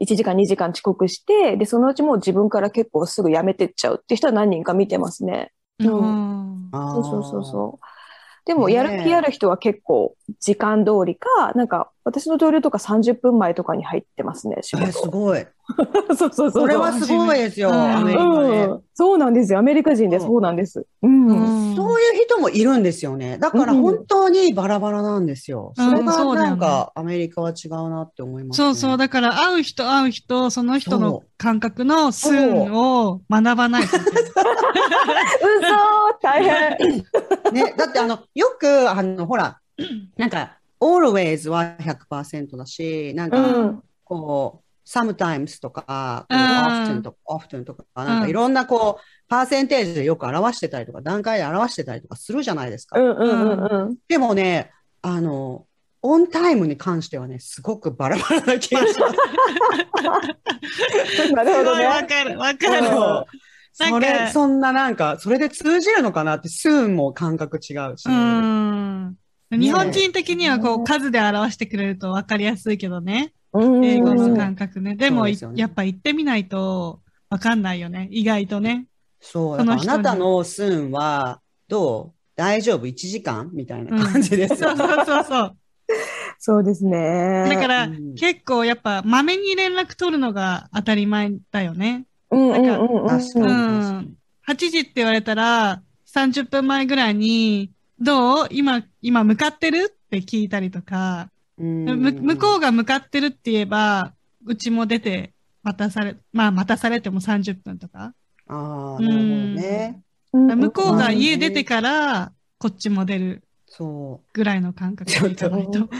[SPEAKER 3] 1時間2時間遅刻して、で、そのうちもう自分から結構すぐ辞めてっちゃうって人は何人か見てますね。
[SPEAKER 1] う。
[SPEAKER 3] うん
[SPEAKER 2] あー
[SPEAKER 3] そうそうそうそう。でも、やる気ある人は結構、時間通りか、なんか、私の同僚とか30分前とかに入ってま すね、仕
[SPEAKER 2] え、す
[SPEAKER 3] 事。
[SPEAKER 2] ごい。
[SPEAKER 3] そうそうそう。
[SPEAKER 2] それはすごいですよ、
[SPEAKER 1] うん
[SPEAKER 2] アメリカで。
[SPEAKER 3] うん、そうなんですよ。アメリカ人でそうなんです。うん。
[SPEAKER 1] うん
[SPEAKER 2] そういう人もいるんですよね。だから本当にバラバラなんですよ。
[SPEAKER 1] うん
[SPEAKER 2] それ
[SPEAKER 1] そ
[SPEAKER 2] が
[SPEAKER 1] うだよね
[SPEAKER 2] なんかアメリカは違うなって思います、ね。
[SPEAKER 1] そうそう。だから、会う人、会う人、その人の
[SPEAKER 2] そ
[SPEAKER 1] 感覚の寸を学ばないと いけない。
[SPEAKER 3] 嘘大変。
[SPEAKER 2] ね、だってあの、よく、あの、ほら、なんか、always は100%だし、なん
[SPEAKER 3] う
[SPEAKER 2] か、
[SPEAKER 3] ん。
[SPEAKER 2] こう、sometimes とか、こ
[SPEAKER 1] う
[SPEAKER 2] う、
[SPEAKER 1] ん
[SPEAKER 2] often とか、often とか、なんかいろんなこう、パーセンテージでよく表してたりとか、段階で表してたりとかするじゃないです
[SPEAKER 3] う
[SPEAKER 2] か。
[SPEAKER 3] んうんうんうん。
[SPEAKER 2] でもね、あの、オンタイムに関してはね、すごくバラバラな気が します。
[SPEAKER 3] なる
[SPEAKER 1] す
[SPEAKER 3] ほど
[SPEAKER 1] ごい、わ
[SPEAKER 3] ね。
[SPEAKER 1] かる、わ
[SPEAKER 2] そ
[SPEAKER 1] かる。なん
[SPEAKER 2] う
[SPEAKER 1] か
[SPEAKER 2] それ、そんななんか、それで通じるのかなって、スーンも感覚違うし。
[SPEAKER 1] うん。日本人的にはこう数で表してくれると分かりやすいけどね。
[SPEAKER 3] うん
[SPEAKER 1] 英語
[SPEAKER 2] 図
[SPEAKER 1] の
[SPEAKER 2] 鑑
[SPEAKER 1] 感覚ね。でも
[SPEAKER 2] そうですよね
[SPEAKER 1] やっぱ行ってみないと分かんないよね。意外とね。
[SPEAKER 2] そう、
[SPEAKER 1] そ
[SPEAKER 2] だ
[SPEAKER 1] の
[SPEAKER 2] か
[SPEAKER 1] 人
[SPEAKER 2] ら
[SPEAKER 1] に
[SPEAKER 2] あなたのスーンは、どう大丈夫 ?1 時間みたいな感じです
[SPEAKER 1] そ
[SPEAKER 2] よ
[SPEAKER 1] う
[SPEAKER 2] ね。
[SPEAKER 1] そうそうそう。
[SPEAKER 3] そうですね。
[SPEAKER 1] だから
[SPEAKER 2] うん
[SPEAKER 1] 結構やっぱまめに連絡取るのが当たり前だよね。
[SPEAKER 3] うんうんうんうん。
[SPEAKER 2] 確かに。
[SPEAKER 1] うん8時って言われたら30分前ぐらいにどう今、今向かってるって聞いたりとか、む向こうが向かってるって言えば、うちも出て待たされ、まあ待たされても30分とか。
[SPEAKER 2] うん。ああ、なるほどね。
[SPEAKER 3] うんうん
[SPEAKER 1] 向こうが
[SPEAKER 2] いい
[SPEAKER 1] 家出てからこっちも出る
[SPEAKER 2] そ
[SPEAKER 1] ぐらいの感覚でいかない
[SPEAKER 3] ちょ
[SPEAKER 1] と
[SPEAKER 3] っ。
[SPEAKER 2] う。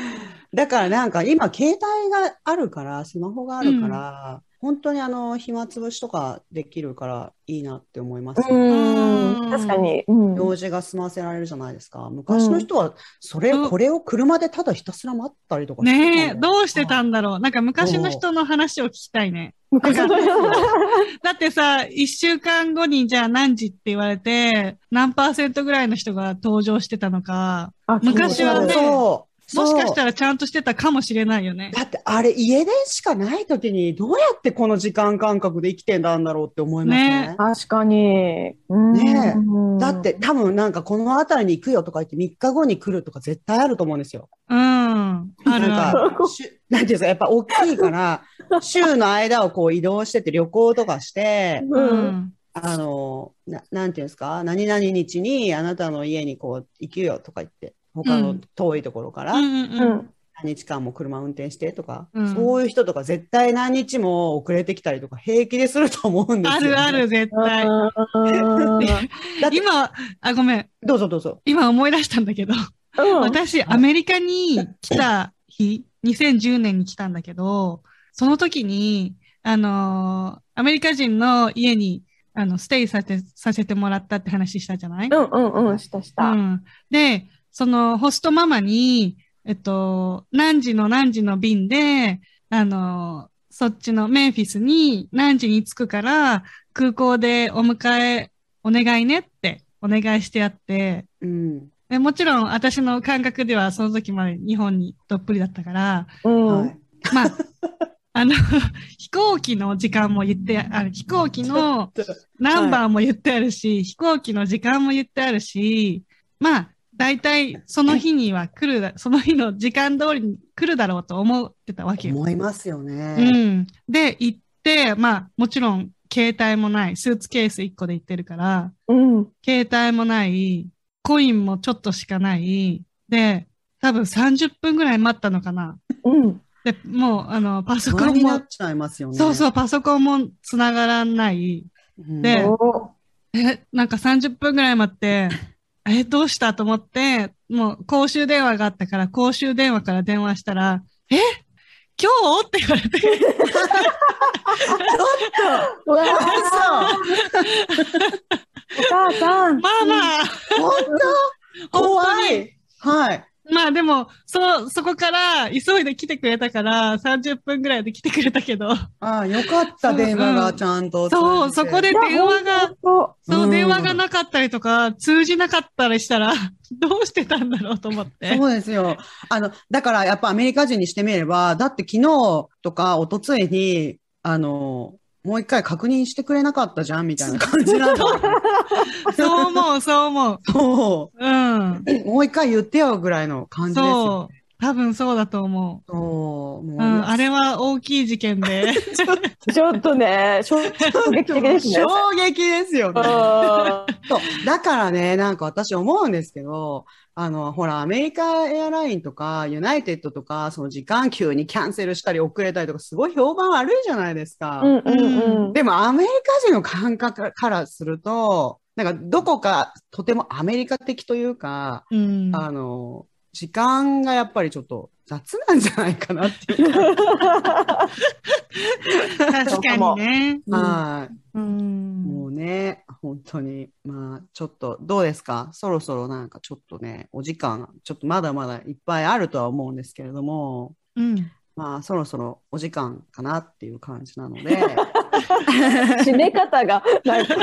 [SPEAKER 2] だからなんか、今、携帯があるから、スマホがあるから、本当にあの、暇つぶしとかできるからいいなって思いますね。
[SPEAKER 3] う
[SPEAKER 1] うん
[SPEAKER 3] ん。確かに。うん。
[SPEAKER 2] 用事が済ませられるじゃないですか。昔の人は、それ、
[SPEAKER 1] うん
[SPEAKER 2] これを車でただひたすら待ったりとかしてたんだ
[SPEAKER 1] ねえ、
[SPEAKER 2] よ
[SPEAKER 1] どうしてたんだろう。なんか昔の人の話を聞きたいね。
[SPEAKER 3] 昔の
[SPEAKER 1] だってさ、一週間後にじゃあ何時って言われて、何パーセントぐらいの人が登場してたのか、
[SPEAKER 3] あ
[SPEAKER 1] 昔はね
[SPEAKER 2] そう。
[SPEAKER 1] もしかした
[SPEAKER 2] ら。
[SPEAKER 1] らちゃんとしてたかもしれないよね。
[SPEAKER 2] だって、あれ、家でしかない時に、どうやってこの時間感覚で生きてんだんだろうって思いますね。
[SPEAKER 3] 確かに。うん
[SPEAKER 2] ねえ
[SPEAKER 3] うん
[SPEAKER 2] だって、多分なんか、この辺りに行くよとか言って、3日後に来るとか絶対あると思うんですよ。
[SPEAKER 1] うん。ある
[SPEAKER 2] な
[SPEAKER 1] ある。
[SPEAKER 2] ん か、しゅなんていうんですか、やっぱ大きいから、週の間をこう移動してて、旅行とかして、
[SPEAKER 1] う
[SPEAKER 3] うん。
[SPEAKER 1] ん。
[SPEAKER 2] あの、ななんていうんですか、何々日にあなたの家にこう行くよとか言って、他
[SPEAKER 1] う
[SPEAKER 2] の
[SPEAKER 1] ん
[SPEAKER 2] 遠いところから
[SPEAKER 1] うんう
[SPEAKER 2] 何
[SPEAKER 1] ん
[SPEAKER 3] う
[SPEAKER 1] うん。
[SPEAKER 3] ん。
[SPEAKER 2] 日間も車運転してとか、
[SPEAKER 1] うん
[SPEAKER 2] そういう人とか絶対何日も遅れてきたりとか平気ですると思うんです
[SPEAKER 1] あ
[SPEAKER 2] よね、
[SPEAKER 1] るある、絶対。
[SPEAKER 3] うん
[SPEAKER 2] だって
[SPEAKER 1] 今、あ、ごめん。
[SPEAKER 2] どうぞどうぞ。
[SPEAKER 1] 今思い出したんだけど、私、アメリカに来た日、2010年に来たんだけど、その時に、あのーアメリカ人の家に、あの、ステイさせさせてもらったって話したじゃない
[SPEAKER 3] うんうんうん、したした。
[SPEAKER 1] うん。で、その、ホストママに、えっと、何時の何時の便で、あの、そっちのメンフィスに何時に着くから、空港でお迎えお願いねってお願いしてやって、
[SPEAKER 2] うん。
[SPEAKER 1] でもちろん私の感覚ではその時まで日本にどっぷりだった から、
[SPEAKER 3] うん
[SPEAKER 2] はい。
[SPEAKER 1] まあ、あの、 飛行機の時間も言って、あの飛行機の、ナンバーも言ってあるし、飛行機の時間も言ってあるし、まあ、大体その日には来るだ、その日の時間通りに来るだろうと思ってたわけよ。
[SPEAKER 2] 思いますよ
[SPEAKER 1] う
[SPEAKER 2] ね。
[SPEAKER 1] ん。で、行って、まあ、もちろん携帯もない、スーツケース1個で行ってるから、
[SPEAKER 3] うん。
[SPEAKER 1] 携帯もない、コインもちょっとしかない、で、多分30分ぐらい待ったのかな。
[SPEAKER 3] うん。
[SPEAKER 1] で、もう、あの、パソ
[SPEAKER 2] 不
[SPEAKER 1] コ
[SPEAKER 2] 安
[SPEAKER 1] ン
[SPEAKER 2] にな
[SPEAKER 1] も
[SPEAKER 2] っ、ちゃいますよね。
[SPEAKER 1] そうそう、パソコンも繋がらない。
[SPEAKER 2] うん。
[SPEAKER 1] で
[SPEAKER 3] お
[SPEAKER 1] え、なんか30分ぐらい待って、 え、どうしたと思って、もう公衆電話があったから、公衆電話から電話したら、え今日って言わ れて、
[SPEAKER 3] うわー
[SPEAKER 2] 嘘
[SPEAKER 3] お母さん。
[SPEAKER 1] まあまあ、
[SPEAKER 2] 本当
[SPEAKER 1] 本当
[SPEAKER 2] 怖
[SPEAKER 1] に
[SPEAKER 2] い。はい。
[SPEAKER 1] まあでも、そ、そこから急いで来てくれたから、30分ぐらいで来てくれたけど、
[SPEAKER 2] ああ、よかった、
[SPEAKER 1] そう
[SPEAKER 2] 電話
[SPEAKER 1] う
[SPEAKER 2] が
[SPEAKER 1] ん
[SPEAKER 2] ちゃんと通じて。
[SPEAKER 1] そう、そこで電話が、
[SPEAKER 3] が。
[SPEAKER 1] そうう、
[SPEAKER 2] ん
[SPEAKER 1] 電話がなかったりとか、通じなかったりしたら、 どうしてたんだろうと思って
[SPEAKER 2] そ。うですよ。あの、だからやっぱアメリカ人にしてみれば、だって昨日とか一昨日に、あの、もう一回確認してくれなかったじゃんみたいな感じなんだ。
[SPEAKER 1] そう思う、そう思う。
[SPEAKER 2] そ
[SPEAKER 1] うん。
[SPEAKER 2] う。もう一回言ってよぐらいの感じですよ。
[SPEAKER 1] そう。多分そうだと思う。
[SPEAKER 2] そう。もう
[SPEAKER 1] うん、あれは大きい事件で。
[SPEAKER 3] ちょっとね、衝撃的ですね。
[SPEAKER 2] 衝撃ですよね。
[SPEAKER 3] あ
[SPEAKER 2] そう。だからね、なんか私思うんですけど、あの、ほら、アメリカエアラインとか、ユナイテッドとか、その時間急にキャンセルしたり遅れたりとか、すごい評判悪いじゃないですか。
[SPEAKER 3] ーうんうんうん。
[SPEAKER 2] でもアメリカ人の感覚からすると、なんかどこかとてもアメリカ的というか、
[SPEAKER 1] うん。
[SPEAKER 2] あの、時間がやっぱりちょっと雑なんじゃないかなっていうか。
[SPEAKER 1] 確かにね。
[SPEAKER 2] はい。
[SPEAKER 1] う
[SPEAKER 2] も
[SPEAKER 1] ん。
[SPEAKER 2] うね、本当に、まあ、ちょっと、どうですかそろそろなんかちょっとね、お時間、ちょっとまだまだいっぱいあるとは思うんですけれども、
[SPEAKER 1] うん。
[SPEAKER 2] まあ、そろそろお時間かなっていう感じなので、
[SPEAKER 3] 締め方が、なんか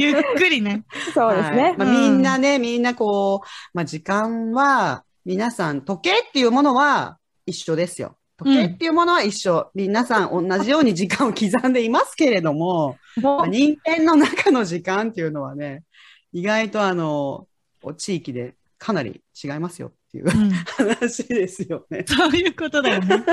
[SPEAKER 1] ゆっくりね。
[SPEAKER 3] そうです
[SPEAKER 2] はい
[SPEAKER 3] ね。
[SPEAKER 2] まあ、みんなね、みんなこう、まあ、時間は、皆さん、時計っていうものは一緒ですよ。時計っていうものは一緒。皆さん同じように時間を刻んでいますけれども、
[SPEAKER 3] も
[SPEAKER 2] ま あ
[SPEAKER 3] う
[SPEAKER 2] 人間の中の時間っていうのはね、意外とあの、お地域でかなり違いますよっていう
[SPEAKER 1] うん。
[SPEAKER 2] 話ですよ ね。
[SPEAKER 1] そういうことだよね。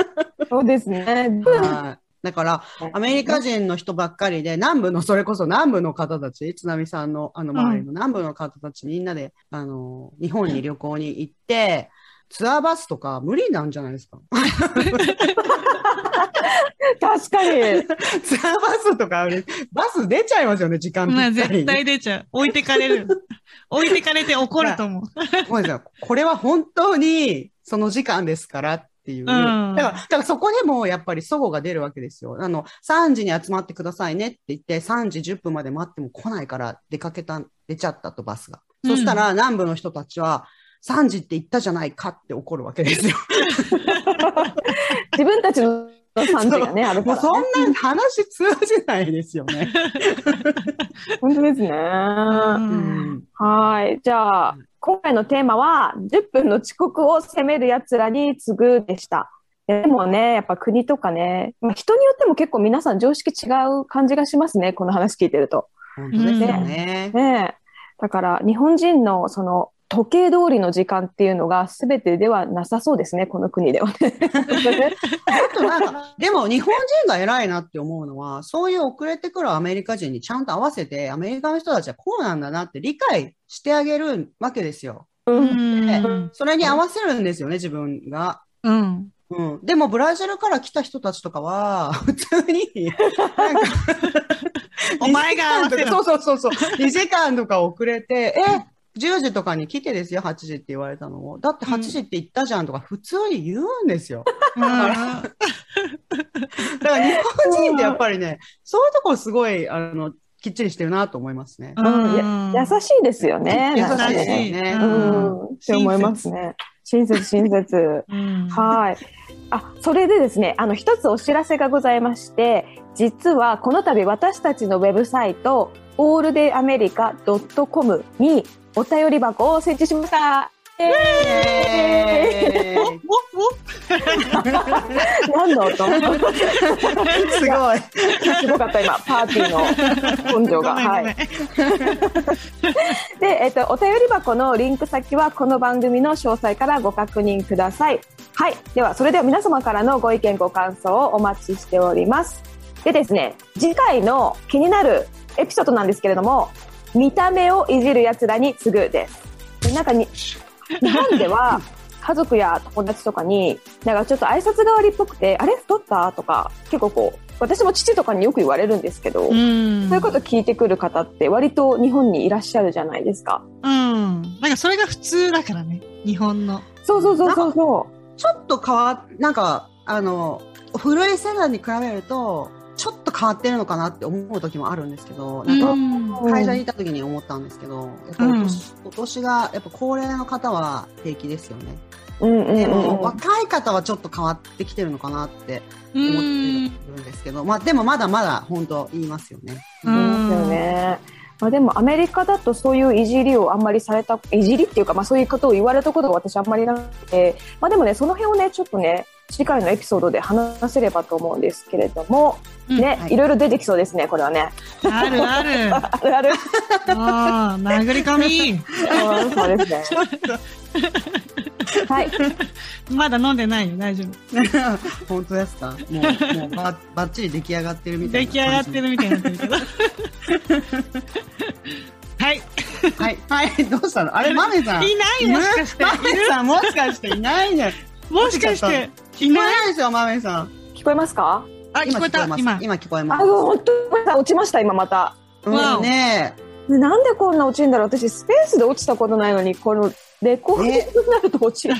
[SPEAKER 3] そうですね。
[SPEAKER 2] はいだから、アメリカ人の人ばっかりで、南部の、それこそ南部の方たち、津波さんの、あの、
[SPEAKER 1] うん
[SPEAKER 2] 周りの南部の方たち、みんなで、あの、日本に旅行に行って、ツアーバスとか無理なんじゃないですか。
[SPEAKER 3] 確かに。
[SPEAKER 2] ツアーバスとか、バス出ちゃいますよね、時間
[SPEAKER 1] まあ
[SPEAKER 2] ぴったり
[SPEAKER 1] 絶
[SPEAKER 2] に。
[SPEAKER 1] 対出ちゃう。置いてかれる。置いてかれて怒ると思う。
[SPEAKER 2] ごめんなさいこれは本当にその時間ですからっていう。
[SPEAKER 1] ん
[SPEAKER 2] だから、だからそこでもやっぱり齟齬が出るわけですよ。あの、3時に集まってくださいねって言って、3時10分まで待っても来ないから出かけた、出ちゃったとバスが。そしたら南部の人たちは、3時って言ったじゃないかって怒るわけですよ。
[SPEAKER 3] 自分たちの産地がね、ある
[SPEAKER 2] も
[SPEAKER 3] か
[SPEAKER 2] うそ
[SPEAKER 3] ら、
[SPEAKER 2] ん
[SPEAKER 3] ね。
[SPEAKER 2] な話通じないですよね。
[SPEAKER 3] 本当ですね。
[SPEAKER 1] う。
[SPEAKER 2] うんん。
[SPEAKER 3] はい。じゃあ、今回のテーマは、10分の遅刻を責める奴らに次ぐでした。いやでもね、やっぱ国とかね、まあ人によっても結構皆さん常識違う感じがしますね、この話聞いてると。
[SPEAKER 2] 本当ですよね。
[SPEAKER 3] ねえだから、日本人のその時計通りの時間っていうのが全てではなさそうですね、この国ではね。
[SPEAKER 2] あとなん か、でも日本人が偉いなって思うのは、そういう遅れてくるアメリカ人にちゃんと合わせて、アメリカの人たちはこうなんだなって理解してあげるわけですよ。
[SPEAKER 3] う。
[SPEAKER 1] うんん。
[SPEAKER 2] それに合わせるんですよね、自分が。
[SPEAKER 1] うん。、
[SPEAKER 2] うん、でも、ブラジルから来た人たちとかは、 普通に、なんか
[SPEAKER 1] お前が合わせろ
[SPEAKER 2] そうそうそうそう、2時間とか遅れて、え、10時とかに来てですよ、8時って言われたのを。だって8時って言ったじゃんとか、普通に言うんですよ。
[SPEAKER 1] う
[SPEAKER 2] だから日本人ってやっぱりね、そういうところすごい、あの、きっちりしてるなと思いますね。
[SPEAKER 1] ん。
[SPEAKER 3] 優しいですよね。
[SPEAKER 2] 優
[SPEAKER 3] なんか
[SPEAKER 2] しい
[SPEAKER 3] ね
[SPEAKER 2] ね
[SPEAKER 1] 優しい
[SPEAKER 3] うん、って思いますね。親切、親切。
[SPEAKER 1] うん。
[SPEAKER 3] はい。あ、それでですね、あの、一つお知らせがございまして、実はこの度私たちのウェブサイト、alldayamerica.com にお便り箱を設置しました。え
[SPEAKER 2] えー
[SPEAKER 1] おお
[SPEAKER 3] ー、 何の音
[SPEAKER 2] すごい。
[SPEAKER 3] すごかっ た今、パーティーの根性
[SPEAKER 1] ご
[SPEAKER 3] が。
[SPEAKER 1] めんご
[SPEAKER 3] はい
[SPEAKER 1] めん。。
[SPEAKER 3] で、えっと、お便り箱のリンク先はこの番組の詳細からご確認ください。はい。では、それでは皆様からのご意見、ご感想をお待ちしております。でですね、次回の気になるエピソードなんですけれども、見た目をいじる奴らに次ぐです。でなんか に、日本では、家族や友達とかに、なんかちょっと挨拶代わりっぽくて、あれ太ったとか、結構こう、私も父とかによく言われるんですけど、
[SPEAKER 1] うん。
[SPEAKER 3] そういうこと聞いてくる方って割と日本にいらっしゃるじゃないですか。
[SPEAKER 1] うん。なんかそれが普通だからね。日本の。
[SPEAKER 3] そうそうそうそうそ
[SPEAKER 2] ちょっと変わなんかあの古い世代に比べるとちょっと変わってるのかなって思う時もあるんですけどなんか、
[SPEAKER 1] うん
[SPEAKER 3] う。
[SPEAKER 2] 会社にいた時に思ったんですけど、やっぱお年,、お年が、やっぱ高齢の方は平気ですよね。
[SPEAKER 3] うんうんうん
[SPEAKER 2] でも、
[SPEAKER 3] うん。
[SPEAKER 2] 若い方はちょっと変わってきてるのかなって
[SPEAKER 1] う
[SPEAKER 2] 思って
[SPEAKER 1] ん。
[SPEAKER 2] るんですけど、まあでもまだまだ本当言いますよね。
[SPEAKER 1] う
[SPEAKER 3] い
[SPEAKER 1] ん
[SPEAKER 3] ますよね。まあでもアメリカだとそういういじりをあんまりされた、いじりっていうかまあそういうことを言われたことが私あんまりなくて、まあでもね、その辺をね、ちょっとね、次回のエピソードで話せればと思うんですけれども、
[SPEAKER 1] うん
[SPEAKER 3] ね、
[SPEAKER 2] はい
[SPEAKER 3] い、ろいろ出てきそうですね、これはね。
[SPEAKER 1] あるあ る。
[SPEAKER 3] あるある。
[SPEAKER 1] ああ、殴り込
[SPEAKER 3] うんそうですね。はい。
[SPEAKER 1] み。 まだ飲んでないよ。大丈夫。
[SPEAKER 2] 本当ですかもう、もうば、ばっちり出来上がってるみたい
[SPEAKER 1] 出
[SPEAKER 2] な
[SPEAKER 1] 来上が
[SPEAKER 2] 感
[SPEAKER 1] っ
[SPEAKER 2] じ。
[SPEAKER 1] てるみたいになってる けど。はい。
[SPEAKER 2] はい、はい、どうしたのあれ、マメさん。
[SPEAKER 1] いないもしかして。
[SPEAKER 2] マメさん、もしかしていないね。
[SPEAKER 1] もしかして、い
[SPEAKER 2] 聞こ
[SPEAKER 1] な
[SPEAKER 2] え
[SPEAKER 1] い。
[SPEAKER 2] ないでしょ、マメさん。
[SPEAKER 3] 聞こえますか
[SPEAKER 1] あ、聞こえた。
[SPEAKER 2] ます
[SPEAKER 1] 今。
[SPEAKER 2] 今聞こえ
[SPEAKER 3] あ、
[SPEAKER 2] ます。
[SPEAKER 3] 本当ごめんなさい落ちました、今また。
[SPEAKER 1] わ
[SPEAKER 2] う
[SPEAKER 1] お
[SPEAKER 2] ん、ねえ。
[SPEAKER 3] ねなんでこんな落ちるんだろう私スペースで落ちたことないのにこのレコーディングになると落ちる、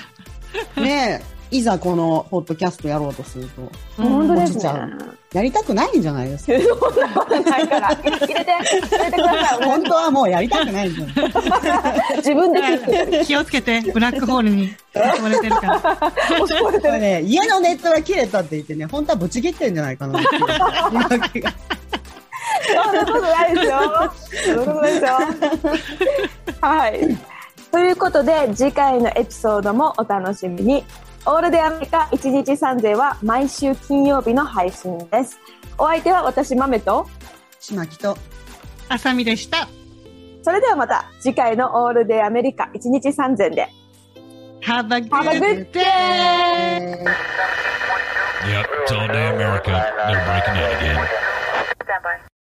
[SPEAKER 2] ねえ、いざこのポッドキャストやろうとすると、
[SPEAKER 3] 本当で
[SPEAKER 2] 落
[SPEAKER 3] す
[SPEAKER 2] ち
[SPEAKER 3] ね
[SPEAKER 2] ちゃやりたくないんじゃないですか。
[SPEAKER 3] そんなことないから 入れて入れてください
[SPEAKER 2] 本当はもうやりたくないんじゃ ない
[SPEAKER 3] 自分で切って
[SPEAKER 1] 気をつけて、ブラックホールに襲われてるから。
[SPEAKER 3] 襲われて
[SPEAKER 2] これ
[SPEAKER 3] る
[SPEAKER 2] ね、家のネットが切れたって言ってね、本当はブチ切ってんじゃないかなっていう 言い訳が。
[SPEAKER 3] そんなことないですよそんなことないですよはいということで次回のエピソードもお楽しみにオールデイアメリカ1日3000は毎週金曜日の配信ですお相手は私マメと
[SPEAKER 2] しまきと、
[SPEAKER 1] あさみでした。
[SPEAKER 3] それではまた次回のオールデイアメリカ1日3000で
[SPEAKER 1] Have a good,
[SPEAKER 3] Have a good day!
[SPEAKER 4] Yep, it's all day America. They're breaking it again.
[SPEAKER 5] Stand by.